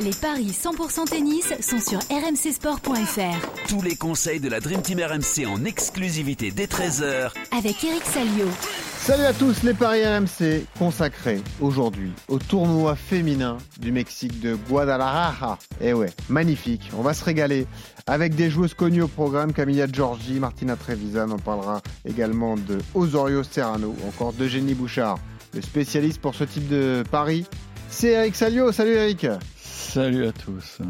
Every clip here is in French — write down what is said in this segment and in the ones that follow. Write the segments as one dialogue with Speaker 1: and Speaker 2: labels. Speaker 1: Les paris 100% tennis sont sur rmcsport.fr
Speaker 2: Tous les conseils de la Dream Team RMC en exclusivité dès 13h
Speaker 1: avec Eric Salio.
Speaker 3: Salut à tous les paris RMC consacrés aujourd'hui au tournoi féminin du Mexique de Guadalajara. Eh ouais, magnifique, on va se régaler avec des joueuses connues au programme, Camilla Giorgi, Martina Trevisan, on parlera également de Osorio Serrano, ou encore d'Eugénie Bouchard, le spécialiste pour ce type de paris. C'est Eric Salio, salut Eric
Speaker 4: Salut à tous.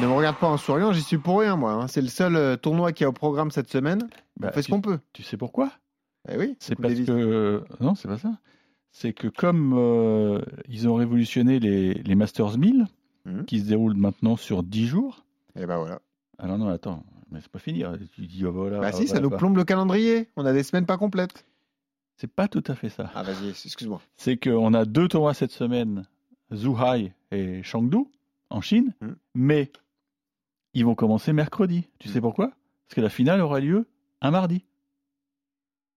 Speaker 3: Ne me regarde pas en souriant, j'y suis pour rien moi, hein. c'est le seul euh, tournoi qui a au programme cette semaine,
Speaker 4: Bah,
Speaker 3: on fait ce
Speaker 4: tu,
Speaker 3: qu'on peut.
Speaker 4: tu sais pourquoi
Speaker 3: Eh oui,
Speaker 4: C'est
Speaker 3: Coupe
Speaker 4: parce
Speaker 3: Davis.
Speaker 4: que non, c'est pas ça. C'est que comme euh, ils ont révolutionné les, les Masters 1000,
Speaker 3: Mhm.
Speaker 4: qui se déroulent maintenant sur 10 jours.
Speaker 3: Eh ben voilà.
Speaker 4: Ah non non attends, mais c'est pas fini. Tu dis ah, voilà.
Speaker 3: bah
Speaker 4: ah,
Speaker 3: si, ça
Speaker 4: voilà,
Speaker 3: nous
Speaker 4: bah.
Speaker 3: plombe le calendrier, on a des semaines pas complètes.
Speaker 4: C'est pas tout à fait ça.
Speaker 3: Ah vas-y, excuse-moi.
Speaker 4: C'est qu'on a deux tournois cette semaine, Zhuhai et Chengdu en Chine,
Speaker 3: Mhm.
Speaker 4: mais ils vont commencer mercredi. Tu sais
Speaker 3: Mhm.
Speaker 4: pourquoi Parce que la finale aura lieu un mardi.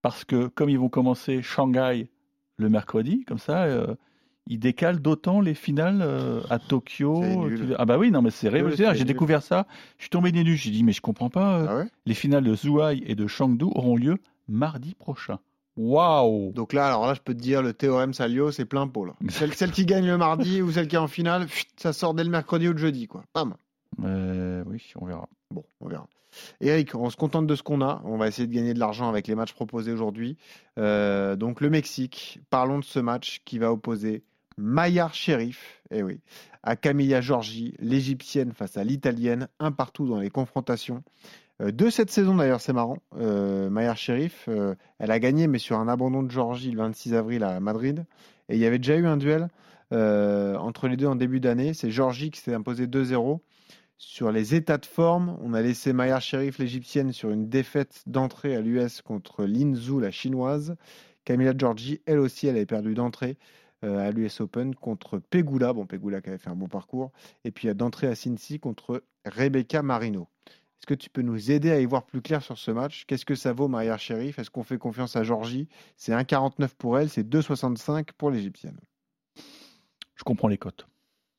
Speaker 4: Parce que comme ils vont commencer Shanghai le mercredi, comme ça, euh, ils décalent d'autant les finales euh, à Tokyo.
Speaker 3: C'est nul.
Speaker 4: Tu- Ah bah oui, non mais c'est
Speaker 3: Ouais,
Speaker 4: révolutionnaire.
Speaker 3: c'est
Speaker 4: J'ai
Speaker 3: nul.
Speaker 4: découvert ça. Je suis tombé des nues. J'ai dit mais je comprends pas. euh,
Speaker 3: Ah ouais
Speaker 4: Les finales de Zhuhai et de Chengdu auront lieu mardi prochain. Waouh
Speaker 3: Donc là, alors là, je peux te dire, le théorème Salio, c'est plein pot. Là. Celle, celle qui gagne le mardi ou celle qui est en finale, pfft, ça sort dès le mercredi ou le jeudi, quoi. Bam.
Speaker 4: Euh, Oui, on verra.
Speaker 3: Bon, on verra. Eric, on se contente de ce qu'on a. On va essayer de gagner de l'argent avec les matchs proposés aujourd'hui. Euh, donc le Mexique, parlons de ce match qui va opposer Maillard Sheriff, eh oui, à Camilla Giorgi, l'Égyptienne face à l'Italienne, un partout dans les confrontations. Euh, de cette saison d'ailleurs, c'est marrant. Euh, Maillard Sheriff, euh, elle a gagné, mais sur un abandon de Giorgi le 26 avril à Madrid. Et il y avait déjà eu un duel euh, entre les deux en début d'année. C'est Giorgi qui s'est imposé 2-0. Sur les états de forme, on a laissé Maillard Sheriff, l'Égyptienne, sur une défaite d'entrée à l'US contre Lin Zhu, la Chinoise. Camilla Giorgi, elle aussi, elle avait perdu d'entrée euh, à l'US Open contre Pegula. Bon, Pegula qui avait fait un bon parcours. Et puis euh, d'entrée à Cincy contre Rebecca Marino. Est-ce que tu peux nous aider à y voir plus clair sur ce match Qu'est-ce que ça vaut, Maillard Sheriff Est-ce qu'on fait confiance à Georgie C'est 1,49 pour elle, c'est 2,65 pour l'Égyptienne.
Speaker 4: Je comprends les cotes.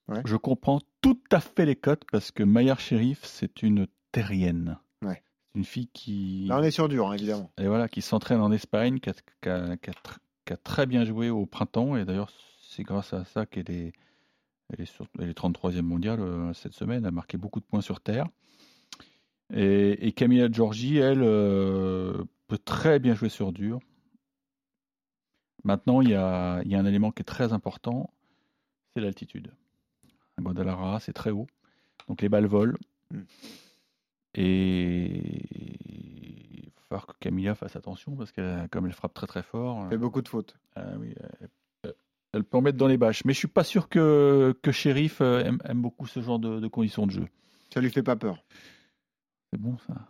Speaker 3: Ouais.
Speaker 4: Je comprends tout à fait les cotes parce que Maillard Sheriff, c'est une terrienne.
Speaker 3: Ouais.
Speaker 4: C'est une fille qui.
Speaker 3: Là, on est sur dur, hein, évidemment.
Speaker 4: Et voilà, qui s'entraîne en Espagne, qui a, qui a- qui a tr- qui a très bien joué au printemps. Et d'ailleurs, c'est grâce à ça qu'elle est, elle est, sur- elle est 33e mondiale euh, cette semaine. Elle a marqué beaucoup de points sur terre. Et, et Camilla Giorgi, elle, euh, peut très bien jouer sur dur. Maintenant, il y a, il y a un élément qui est très important, c'est l'altitude. À Guadalajara, c'est très haut. Donc les balles volent.
Speaker 3: Mm.
Speaker 4: Et il va falloir que Camilla fasse attention parce que comme elle frappe très très fort,
Speaker 3: Elle fait beaucoup de fautes.
Speaker 4: ah oui, elle- elle- elle peut en mettre dans les bâches. Mais je suis pas sûr que, que Sheriff euh, aime, aime beaucoup ce genre de, de conditions de jeu.
Speaker 3: Ça lui fait pas peur.
Speaker 4: C'est bon ça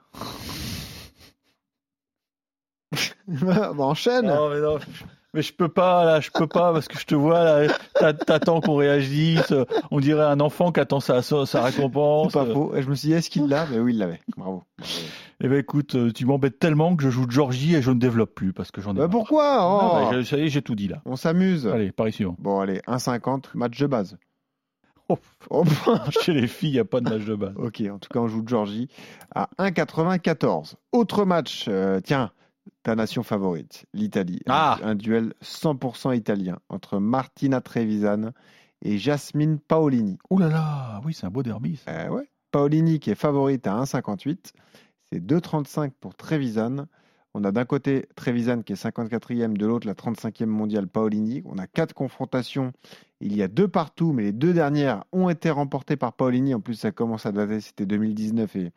Speaker 3: Bah, enchaîne
Speaker 4: Non, mais non. Mais je peux pas, là, je peux pas, parce que je te vois, là, t'a- t'attends qu'on réagisse. euh, On dirait un enfant qui attend sa, sa
Speaker 3: C'est
Speaker 4: sa récompense.
Speaker 3: pas faux. Et je me suis dit, est-ce qu'il l'a Mais oui, il l'avait. Bravo.
Speaker 4: Eh ben écoute, euh, tu m'embêtes tellement que je joue de Georgie et je ne développe plus, parce que j'en ai
Speaker 3: Bah
Speaker 4: marre.
Speaker 3: pourquoi Oh,
Speaker 4: Ah, bah, j'ai- ça y est, j'ai tout dit, là.
Speaker 3: On s'amuse.
Speaker 4: Allez, paris suivant.
Speaker 3: Bon, allez, 1,50, match de base.
Speaker 4: Oh.
Speaker 3: Oh,
Speaker 4: Chez les filles, il n'y a pas de match de base.
Speaker 3: ok, en tout cas, on joue Georgie à 1,94. Autre match, euh, tiens, ta nation favorite, l'Italie. Un-
Speaker 4: Ah.
Speaker 3: Un, duel 100% italien entre Martina Trevisan et Jasmine Paolini.
Speaker 4: Ouh là là, oui, c'est un beau derby, ça.
Speaker 3: Euh, ouais. Paolini qui est favorite à 1,58. C'est 2,35 pour Trevisan. On a d'un côté Trevisan qui est 54e, de l'autre la 35e mondiale Paolini. On a quatre confrontations. Il y a deux partout, mais les deux dernières ont été remportées par Paolini. En plus, ça commence à dater, c'était 2019 et,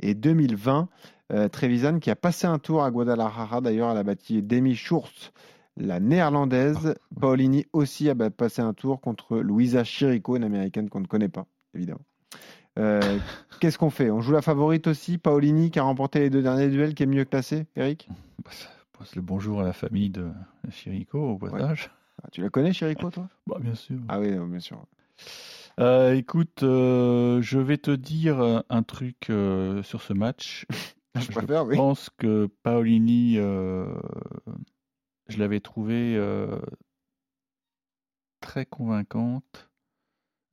Speaker 3: et 2020. Euh, Trevisan qui a passé un tour à Guadalajara, d'ailleurs, elle a bâti Demi Schurz, la néerlandaise. Paolini aussi a ba- passé un tour contre Louisa Chirico, une américaine qu'on ne connaît pas, évidemment. Euh, Qu'est-ce qu'on fait On joue la favorite aussi, Paolini qui a remporté les deux derniers duels, qui est mieux classé, Eric
Speaker 4: Bah, ça passe le bonjour à la famille de Chirico, au passage.
Speaker 3: Ah, Tu la connais, Chirico, toi
Speaker 4: Bah, bien sûr.
Speaker 3: Ah oui, euh, bien sûr.
Speaker 4: Euh, écoute, euh, je vais te dire euh, un truc euh, sur ce match
Speaker 3: Je préfère, oui.
Speaker 4: pense que Paolini, euh, je l'avais trouvée euh, très convaincante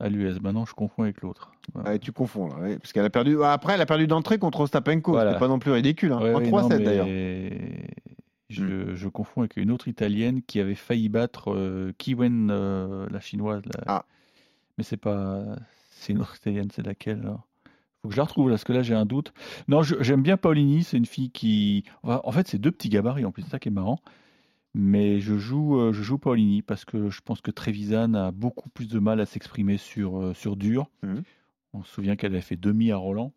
Speaker 4: à l'US. Maintenant, je confonds avec l'autre. Voilà.
Speaker 3: Ouais, Ah, tu confonds, là, ouais, parce qu'elle a perdu. Ah, Après, elle a perdu d'entrée contre Ostapenko.
Speaker 4: Voilà.
Speaker 3: C'était pas non plus ridicule. Hein.
Speaker 4: Ouais,
Speaker 3: en 3-7
Speaker 4: ouais, non, mais
Speaker 3: d'ailleurs.
Speaker 4: Je, je confonds avec une autre italienne qui avait failli battre euh, Kiwen, euh, la chinoise. là.
Speaker 3: Ah.
Speaker 4: Mais c'est pas. C'est une autre italienne, c'est laquelle alors Faut que je la retrouve là, parce que là j'ai un doute. Non, je- j'aime bien Paolini, c'est une fille qui. enfin, en fait, c'est deux petits gabarits en plus, c'est ça qui est marrant. Mais je joue, euh, je joue Paolini parce que je pense que Trevisan a beaucoup plus de mal à s'exprimer sur, euh, sur dur.
Speaker 3: Mhm.
Speaker 4: On se souvient qu'elle avait fait demi à Roland.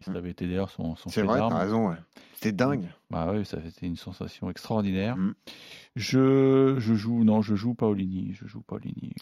Speaker 4: et Ça
Speaker 3: Mhm.
Speaker 4: avait été d'ailleurs son, son
Speaker 3: C'est
Speaker 4: fait
Speaker 3: vrai,
Speaker 4: d'armes.
Speaker 3: t'as raison. Ouais. C'était dingue.
Speaker 4: Bah oui, ça c'était une sensation extraordinaire.
Speaker 3: Mm.
Speaker 4: Je, je joue, non, je joue Paolini, je joue Paolini.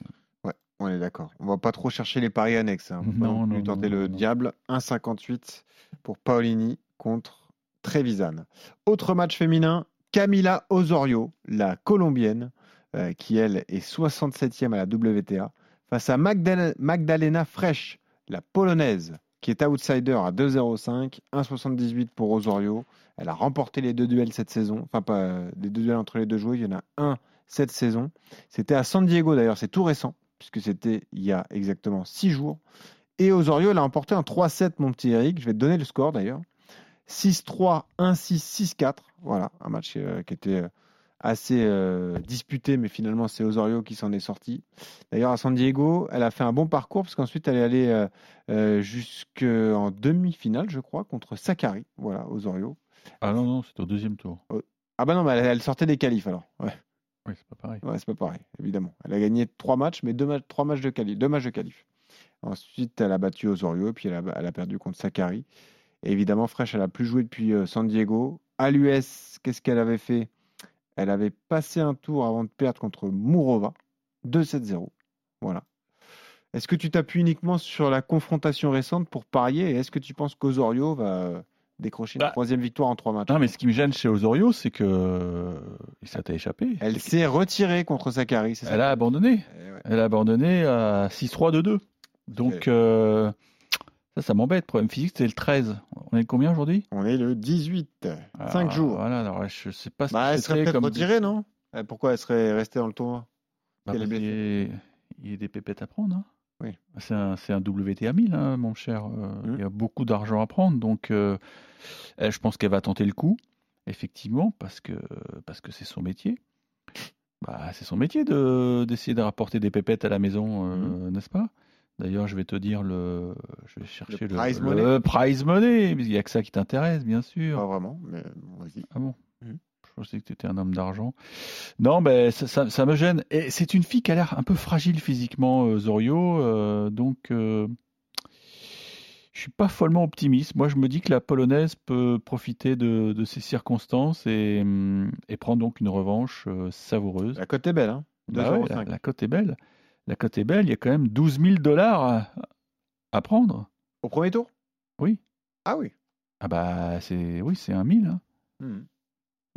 Speaker 3: On est d'accord. On va pas trop chercher les paris annexes. Hein. On va pas
Speaker 4: Non,
Speaker 3: non plus
Speaker 4: non,
Speaker 3: tenter
Speaker 4: non,
Speaker 3: le
Speaker 4: non.
Speaker 3: diable. 1,58 pour Paolini contre Trevisan. Autre match féminin, Camila Osorio, la colombienne, euh, qui elle est 67e à la WTA, face à Magdal- Magdalena Fresh, la polonaise, qui est outsider à 2,05, 1,78 pour Osorio. Elle a remporté les deux duels cette saison, enfin pas euh, les deux duels entre les deux joueurs, il y en a un cette saison. C'était à San Diego d'ailleurs, c'est tout récent puisque c'était il y a exactement 6 jours. Et Osorio l'a emporté en 3-7, mon petit Eric. Je vais te donner le score d'ailleurs. 6-3, 1-6, 6-4. Voilà, un match euh, qui était euh, assez euh, disputé, mais finalement c'est Osorio qui s'en est sorti. D'ailleurs, à San Diego, elle a fait un bon parcours, parce qu'ensuite elle est allée euh, euh, jusqu'en demi-finale, je crois, contre Sakari. Voilà, Osorio.
Speaker 4: Ah non, non, c'est au deuxième tour.
Speaker 3: Ah bah non, mais elle, elle sortait des qualifs alors. Ouais.
Speaker 4: Oui, c'est pas pareil.
Speaker 3: Ouais, c'est pas pareil, évidemment. Elle a gagné trois matchs, mais deux matchs, trois matchs de qualif, deux matchs de qualif. Ensuite, elle a battu Osorio, puis elle a, elle a perdu contre Sakari. Et évidemment, Fresh, elle a plus joué depuis euh, San Diego. À l'US, qu'est-ce qu'elle avait fait Elle avait passé un tour avant de perdre contre Mourova, 2-7-0. Voilà. Est-ce que tu t'appuies uniquement sur la confrontation récente pour parier Et est-ce que tu penses qu'Osorio va euh, décrocher
Speaker 4: Bah.
Speaker 3: une troisième victoire en trois matchs
Speaker 4: Non, mais ce qui me gêne chez Osorio, c'est que et ça t'a échappé.
Speaker 3: Elle
Speaker 4: C'est que-
Speaker 3: s'est retirée contre Sakari, Eh, c'est ça
Speaker 4: elle a abandonné.
Speaker 3: Eh ouais.
Speaker 4: Elle a abandonné à 6-3-2-2. Donc euh, ça, ça m'embête. Problème physique, c'est le 13. On est combien aujourd'hui
Speaker 3: On est le 18, 5
Speaker 4: Ah,
Speaker 3: jours.
Speaker 4: Voilà, alors je sais pas ce
Speaker 3: Bah,
Speaker 4: que
Speaker 3: elle serait
Speaker 4: c'était
Speaker 3: peut-être
Speaker 4: comme.
Speaker 3: retirée, non Euh, Pourquoi elle serait restée dans le tournoi
Speaker 4: Bah,
Speaker 3: Quelle
Speaker 4: parce
Speaker 3: est
Speaker 4: qu'il y a- Il y a des pépettes à prendre. hein.
Speaker 3: Oui.
Speaker 4: C'est un, c'est un WTA 1000, hein, mon cher. euh,
Speaker 3: Mhm.
Speaker 4: Il y a beaucoup d'argent à prendre. Donc, euh, elle, je pense qu'elle va tenter le coup, effectivement, parce que parce que c'est son métier. Bah, c'est son métier de- d'essayer de, rapporter des pépettes à la maison, euh,
Speaker 3: Mmh.
Speaker 4: n'est-ce pas D'ailleurs, je vais te dire le. Je vais chercher le,
Speaker 3: prize
Speaker 4: le
Speaker 3: money.
Speaker 4: prize money. Il n'y a que ça qui t'intéresse, bien sûr.
Speaker 3: Pas vraiment, mais bon, vas-y.
Speaker 4: Ah bon
Speaker 3: Mhm.
Speaker 4: Je pensais que tu étais un homme d'argent. Non, mais ça, ça- ça me gêne. Et c'est une fille qui a l'air un peu fragile physiquement, euh, Zorio. euh, donc, euh, je suis pas follement optimiste. Moi, je me dis que la Polonaise peut profiter de, de ces circonstances et, hum, et prendre donc une revanche euh, savoureuse.
Speaker 3: La cote est belle, hein
Speaker 4: Bah ouais, la,
Speaker 3: 2,05.
Speaker 4: la cote est belle. La cote est belle. Il y a quand même 12 000 dollars à, à prendre.
Speaker 3: Au premier tour
Speaker 4: Oui.
Speaker 3: Ah oui.
Speaker 4: Ah bah, c'est oui, c'est un 1000. hein.
Speaker 3: Hmm.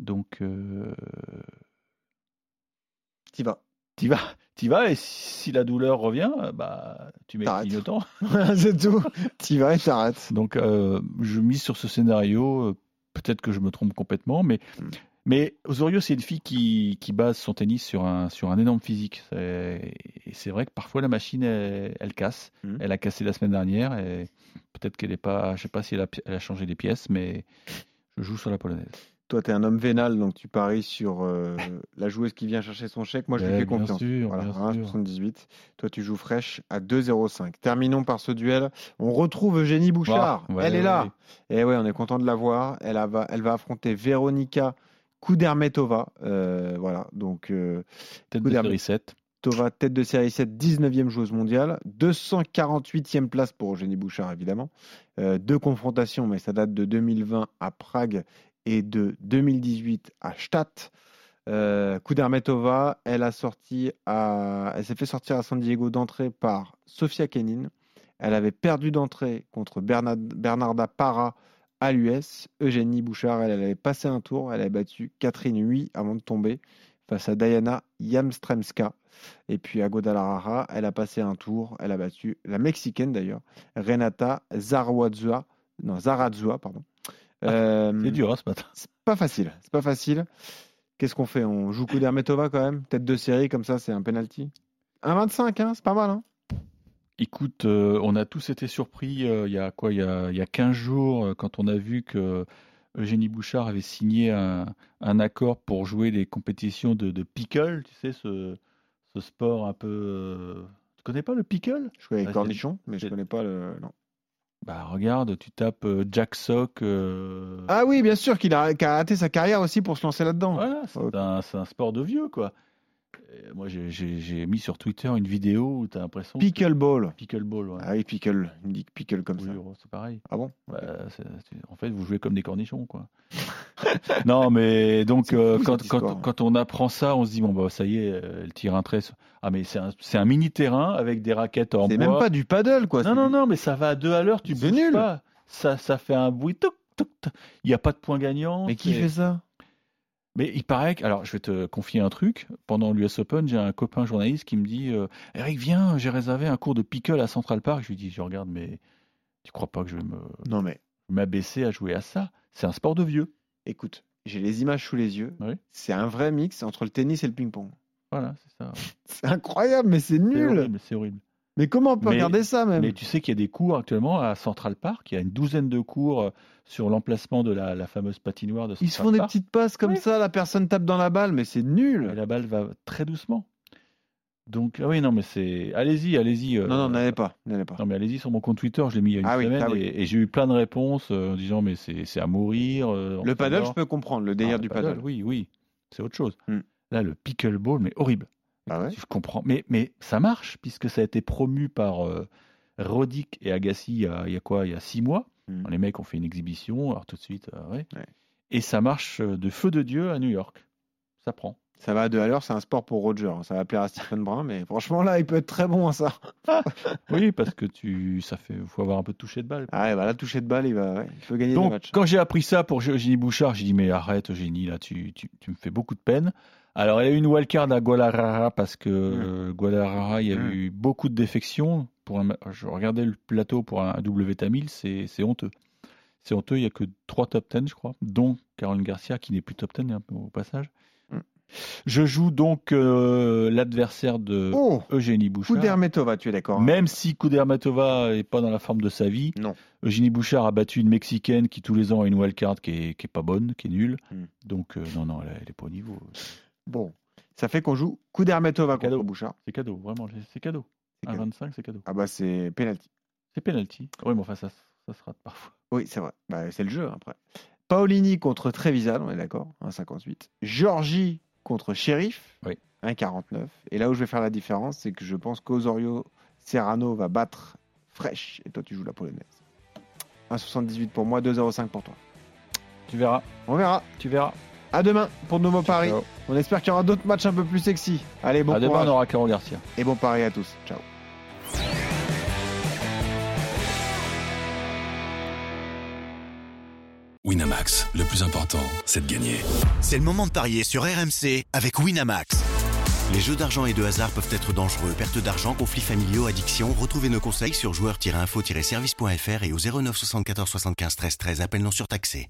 Speaker 4: Donc, euh,
Speaker 3: T'y vas.
Speaker 4: T'y vas, t'y vas, et si la douleur revient, euh, bah, tu mets le
Speaker 3: T'arrêtes.
Speaker 4: clignotant.
Speaker 3: c'est tout. T'y vas et t'arrêtes.
Speaker 4: Donc, euh, je mise sur ce scénario. euh, Peut-être que je me trompe complètement, mais,
Speaker 3: Mm.
Speaker 4: mais Osorio, c'est une fille qui, qui base son tennis sur un, sur un énorme physique. C'est- Et c'est vrai que parfois, la machine, elle, elle casse.
Speaker 3: Mm.
Speaker 4: Elle a cassé la semaine dernière, et peut-être qu'elle n'est pas. Je sais pas si elle a, pi- elle a changé les pièces, mais je joue sur la polonaise.
Speaker 3: Toi, t'es un homme vénal, donc tu paries sur euh, la joueuse qui vient chercher son chèque. Moi, je lui
Speaker 4: Eh,
Speaker 3: fais
Speaker 4: bien
Speaker 3: confiance.
Speaker 4: sûr,
Speaker 3: Voilà,
Speaker 4: bien sûr.
Speaker 3: 1,78. Toi, tu joues fraîche à 2,05. Terminons par ce duel. On retrouve Eugénie Bouchard.
Speaker 4: Ah, ouais,
Speaker 3: elle est
Speaker 4: ouais,
Speaker 3: là.
Speaker 4: ouais.
Speaker 3: Et ouais, on est content de la voir. Elle, a- va, elle va affronter Véronica Kudermetova. Euh, voilà, donc euh,
Speaker 4: Peut-être
Speaker 3: Coup
Speaker 4: de
Speaker 3: d'herbe.
Speaker 4: série 7.
Speaker 3: Tova, tête de série 7, 19e joueuse mondiale. 248e place pour Eugénie Bouchard, évidemment. Euh, deux confrontations, mais ça date de 2020 à Prague et de 2018 à Stadt. Euh, Kudermetova, elle, a sorti à... elle s'est fait sortir à San Diego d'entrée par Sofia Kenin. Elle avait perdu d'entrée contre Bernard- Bernarda Parra à l'US. Eugénie Bouchard, elle, elle avait passé un tour. Elle avait battu Catherine Huy avant de tomber face à Diana Yamstremska. Et puis à Guadalajara, elle a passé un tour. Elle a battu la Mexicaine d'ailleurs, Renata Zarazua, non, Zarazua pardon, Euh,
Speaker 4: C'est dur hein, ce matin.
Speaker 3: C'est pas facile. C'est pas facile. Qu'est-ce qu'on fait On joue coup d'Hermetova quand même Tête de série, comme ça, c'est un penalty. 1,25, hein, c'est pas mal. Hein
Speaker 4: Écoute, euh, on a tous été surpris euh, il y a quoi il y a, il y a 15 jours euh, quand on a vu que Eugénie Bouchard avait signé un, un accord pour jouer les compétitions de, de pickle, tu sais, ce, ce sport un peu. euh, Tu connais pas le pickle
Speaker 3: je connais
Speaker 4: Ah, c'est-
Speaker 3: Cornichon, mais je
Speaker 4: c'est-
Speaker 3: connais pas le. Non.
Speaker 4: Bah regarde, tu tapes euh, Jack Sock. euh,
Speaker 3: Ah oui, bien sûr qu'il a, qu'il a raté sa carrière aussi pour se lancer là-dedans.
Speaker 4: Voilà, c'est
Speaker 3: Ok.
Speaker 4: un, c'est un sport de vieux, quoi. Et moi, j'ai- j'ai j'ai mis sur Twitter une vidéo où t'as l'impression. que-
Speaker 3: Pickleball.
Speaker 4: Pickleball, ouais.
Speaker 3: Ah oui, pickle. Il me dit pickle comme
Speaker 4: Oui,
Speaker 3: ça.
Speaker 4: oh, c'est pareil.
Speaker 3: Ah bon
Speaker 4: Bah, c'est- c'est- en fait, vous jouez comme des cornichons, quoi. non, mais donc,
Speaker 3: C'est
Speaker 4: euh,
Speaker 3: fou,
Speaker 4: quand,
Speaker 3: cette
Speaker 4: quand,
Speaker 3: histoire.
Speaker 4: quand on apprend ça, on se dit, bon, bah, ça y est, euh, elle tire un trait. sur- Ah, mais c'est un, c'est un mini terrain avec des raquettes en
Speaker 3: C'est
Speaker 4: bois.
Speaker 3: même pas du paddle, quoi.
Speaker 4: non,
Speaker 3: c'est
Speaker 4: non,
Speaker 3: du-
Speaker 4: non, mais ça va à deux à l'heure, tu
Speaker 3: C'est
Speaker 4: bouges
Speaker 3: nul.
Speaker 4: pas. Ça, ça fait un bruit, toc, toc, toc. il n'y a pas de point gagnant.
Speaker 3: Mais qui
Speaker 4: c'est-
Speaker 3: fait ça
Speaker 4: mais il paraît que, alors je vais te confier un truc, pendant l'US Open, j'ai un copain journaliste qui me dit euh, Eric, viens, j'ai réservé un cours de pickle à Central Park. Je lui dis Je regarde, mais tu crois pas que je vais me-
Speaker 3: Non, mais
Speaker 4: m'abaisser à jouer à ça C'est un sport de vieux.
Speaker 3: écoute, j'ai les images sous les yeux.
Speaker 4: Oui.
Speaker 3: C'est un vrai mix entre le tennis et le ping-pong.
Speaker 4: Voilà, c'est ça.
Speaker 3: C'est incroyable, mais c'est
Speaker 4: C'est
Speaker 3: nul. Ah
Speaker 4: horrible, c'est horrible.
Speaker 3: Mais comment on peut
Speaker 4: Mais-
Speaker 3: regarder ça même
Speaker 4: Mais tu sais qu'il y a des cours actuellement à Central Park, il y a une douzaine de cours euh, sur l'emplacement de la, la fameuse patinoire de Central
Speaker 3: Ils se font des
Speaker 4: Park.
Speaker 3: petites passes comme
Speaker 4: Ouais.
Speaker 3: ça, la personne tape dans la balle, mais c'est nul.
Speaker 4: Et la balle va très doucement. Donc, ah oui, non, mais c'est. Allez-y, allez-y. euh,
Speaker 3: Non, non, n'allez pas, n'allez pas.
Speaker 4: Non, mais allez-y sur mon compte Twitter, je l'ai mis il y a une
Speaker 3: Ah oui,
Speaker 4: semaine
Speaker 3: ah oui.
Speaker 4: et, et j'ai eu plein de réponses euh, en disant mais c'est c'est à mourir. euh,
Speaker 3: Le
Speaker 4: on
Speaker 3: paddle,
Speaker 4: s'endort.
Speaker 3: je peux comprendre, le
Speaker 4: Ah,
Speaker 3: délire
Speaker 4: le
Speaker 3: du paddle.
Speaker 4: Oui, oui, c'est autre chose.
Speaker 3: Hmm.
Speaker 4: Là, le pickleball, mais horrible.
Speaker 3: Ah ouais
Speaker 4: Je comprends. Mais, mais ça marche puisque ça a été promu par euh, Roddick et Agassi il y a, il y a quoi Il y a six mois.
Speaker 3: Hmm.
Speaker 4: Les mecs ont fait une exhibition, alors tout de suite, euh, ouais.
Speaker 3: Ouais.
Speaker 4: Et ça marche euh, de feu de Dieu à New York. Ça prend.
Speaker 3: Ça va à deux à l'heure, c'est un sport pour Roger. hein. Ça va plaire à Stephen Brun, mais franchement, là, il peut être très bon à ça.
Speaker 4: Oui, parce que tu, ça fait, faut avoir un peu de toucher de balle.
Speaker 3: Ah ouais, bah là, toucher de balle, il, va, ouais, il peut gagner des
Speaker 4: Donc,
Speaker 3: matchs.
Speaker 4: quand j'ai appris ça pour Eugénie Bouchard, j'ai dit Mais arrête, Eugénie, là, tu, tu, tu me fais beaucoup de peine. Alors, elle a eu une wildcard à Guadalajara parce que
Speaker 3: Hmm.
Speaker 4: euh, Guadalajara, il y a
Speaker 3: Mm.
Speaker 4: eu beaucoup de défections. Pour un ma- je regardais le plateau pour un WTA1000, c'est c'est honteux. C'est honteux, il n'y a que trois top 10, je crois, dont Caroline Garcia, qui n'est plus top 10 hein, au passage.
Speaker 3: Mm.
Speaker 4: Je joue donc euh, l'adversaire de
Speaker 3: Oh
Speaker 4: Eugénie Bouchard.
Speaker 3: Coup d'Hermetova, tu es d'accord hein
Speaker 4: Même si Kudermatova n'est pas dans la forme de sa vie,
Speaker 3: Non.
Speaker 4: Eugénie Bouchard a battu une Mexicaine qui tous les ans a une wildcard qui est, qui est pas bonne, qui est nulle.
Speaker 3: Hmm.
Speaker 4: Donc euh, non, non, elle, elle est pas au niveau.
Speaker 3: Bon, ça fait qu'on joue coup d'Hermetova contre
Speaker 4: Cadeau.
Speaker 3: Bouchard.
Speaker 4: C'est cadeau, vraiment, c'est- c'est cadeau.
Speaker 3: C'est
Speaker 4: À
Speaker 3: cadeau.
Speaker 4: 25, c'est cadeau.
Speaker 3: Ah bah, c'est penalty.
Speaker 4: C'est penalty. Oui, mais enfin, ça, ça se rate parfois.
Speaker 3: Oui, c'est vrai. Bah, c'est le jeu, après. Paolini contre Trevisan, on est d'accord, 1,58. Georgie contre Sheriff,
Speaker 4: Oui.
Speaker 3: 1,49. Et là où je vais faire la différence, c'est que je pense qu'Osorio Serrano va battre Fresh. Et toi, tu joues la polonaise. 1,78 pour moi, 2,05 pour toi.
Speaker 4: Tu verras,
Speaker 3: On verra.
Speaker 4: tu verras.
Speaker 3: À demain pour de nouveaux paris.
Speaker 4: Ciao.
Speaker 3: On espère qu'il y aura d'autres matchs un peu plus sexy. Allez, bon
Speaker 4: à demain,
Speaker 3: courage
Speaker 4: on aura Caro Garcia.
Speaker 3: et bon pari à tous. Ciao.
Speaker 5: Winamax, le plus important, c'est de gagner.
Speaker 6: C'est le moment de parier sur RMC avec Winamax.
Speaker 7: Les jeux d'argent et de hasard peuvent être dangereux. Perte d'argent, conflits familiaux, addiction. Retrouvez nos conseils sur joueurs-info-service.fr et au 09 74 75 13 13. Appel non surtaxé.